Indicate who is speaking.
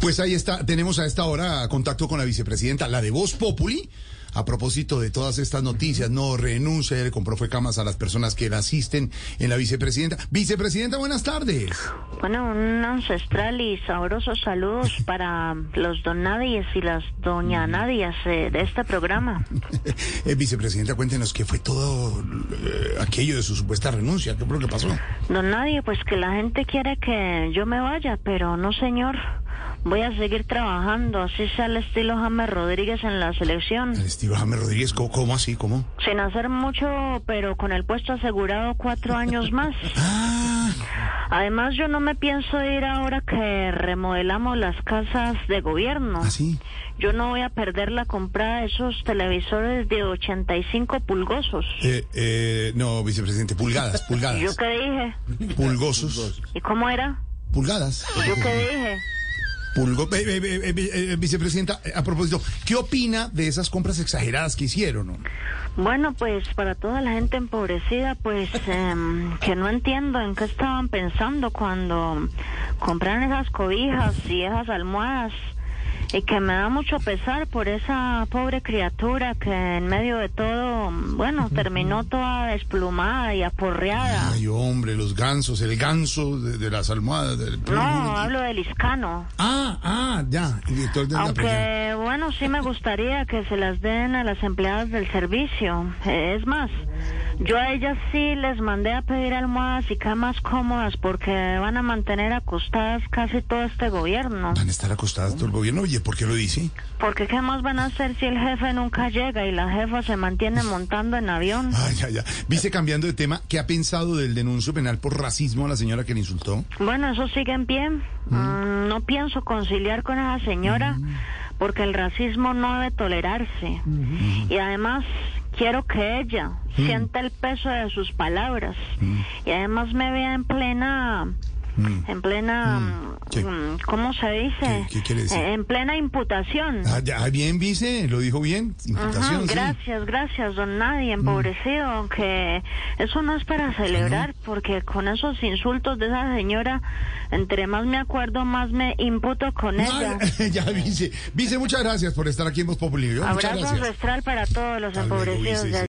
Speaker 1: Pues ahí está, tenemos a esta hora contacto con la vicepresidenta, la de Voz Populi. A propósito de todas estas noticias, no renuncie el profe Camas a las personas que la asisten en la vicepresidenta. Vicepresidenta, buenas tardes.
Speaker 2: Bueno, un ancestral y sabrosos saludos para los don Nadies y las doña Nadias eh, de este programa.
Speaker 1: Eh, vicepresidenta, cuéntenos qué fue todo eh, aquello de su supuesta renuncia, qué fue lo que pasó.
Speaker 2: Don Nadie, pues que la gente quiere que yo me vaya, pero no señor. Voy a seguir trabajando, así sale estilo James Rodríguez en la selección.
Speaker 1: El Steve James Rodríguez, ¿cómo, cómo así? ¿Cómo?
Speaker 2: Sin hacer mucho, pero con el puesto asegurado cuatro años más.
Speaker 1: Ah,
Speaker 2: Además, yo no me pienso ir ahora que remodelamos las casas de gobierno.
Speaker 1: ¿Así?
Speaker 2: Yo no voy a perder la compra de esos televisores de 85 pulgosos.
Speaker 1: Eh, eh, no, vicepresidente, pulgadas,
Speaker 2: ¿Yo
Speaker 1: pulgadas.
Speaker 2: qué dije?
Speaker 1: Pulgosos.
Speaker 2: ¿Y cómo era?
Speaker 1: Pulgadas.
Speaker 2: ¿Yo qué dije?
Speaker 1: Pulgo, eh, eh, eh, eh, eh, vicepresidenta, eh, a propósito, ¿qué opina de esas compras exageradas que hicieron? no?
Speaker 2: Bueno, pues para toda la gente empobrecida, pues em, que no entiendo en qué estaban pensando cuando compraron esas cobijas y esas almohadas. Y que me da mucho pesar por esa pobre criatura que en medio de todo, bueno, terminó toda desplumada y aporreada.
Speaker 1: Ay, hombre, los gansos, el ganso de, de las almohadas. del-
Speaker 2: No, hablo del Iscano.
Speaker 1: Ah, ah, ya, el director de la presidencia.
Speaker 2: Aunque, bueno, sí me gustaría que se las den a las empleadas del servicio. Eh, Es más, yo a ellas sí les mandé a pedir almohadas y camas cómodas porque van a mantener acostadas casi todo este gobierno.
Speaker 1: Van a estar acostadas todo el gobierno. Oye, ¿por qué lo dice?
Speaker 2: Porque ¿qué más van a hacer si el jefe nunca llega y la jefa se mantiene montando en avión?
Speaker 1: Ay, ya, ya. Vice, cambiando de tema, ¿qué ha pensado del denuncio penal por racismo a la señora que le insultó?
Speaker 2: Bueno, eso sigue en pie. Mm, no pienso conciliar con esa señora porque el racismo no debe tolerarse.
Speaker 1: Mm,
Speaker 2: Y además quiero que ella sienta el peso de sus palabras
Speaker 1: Mm.
Speaker 2: y además me vea en plena en plena
Speaker 1: ¿Qué?
Speaker 2: mm, ¿cómo se dice?
Speaker 1: ¿Qué- qué quiere decir?
Speaker 2: Eh, En plena imputación.
Speaker 1: Ah, ya, ah, bien, vice, lo dijo bien. Imputación,
Speaker 2: Ajá,
Speaker 1: sí. Mm.
Speaker 2: gracias, gracias, don Nadie, empobrecido, aunque eso no es para celebrar, porque con esos insultos de esa señora, entre más me acuerdo, más me imputo con ella.
Speaker 1: Ay, ya, vice. Vice, eh, muchas gracias por estar aquí en Voz Populi. ¿vio? Muchas
Speaker 2: Abrazo
Speaker 1: gracias.
Speaker 2: ancestral para todos los
Speaker 1: Hasta luego,
Speaker 2: empobrecidos
Speaker 1: Isis.
Speaker 2: de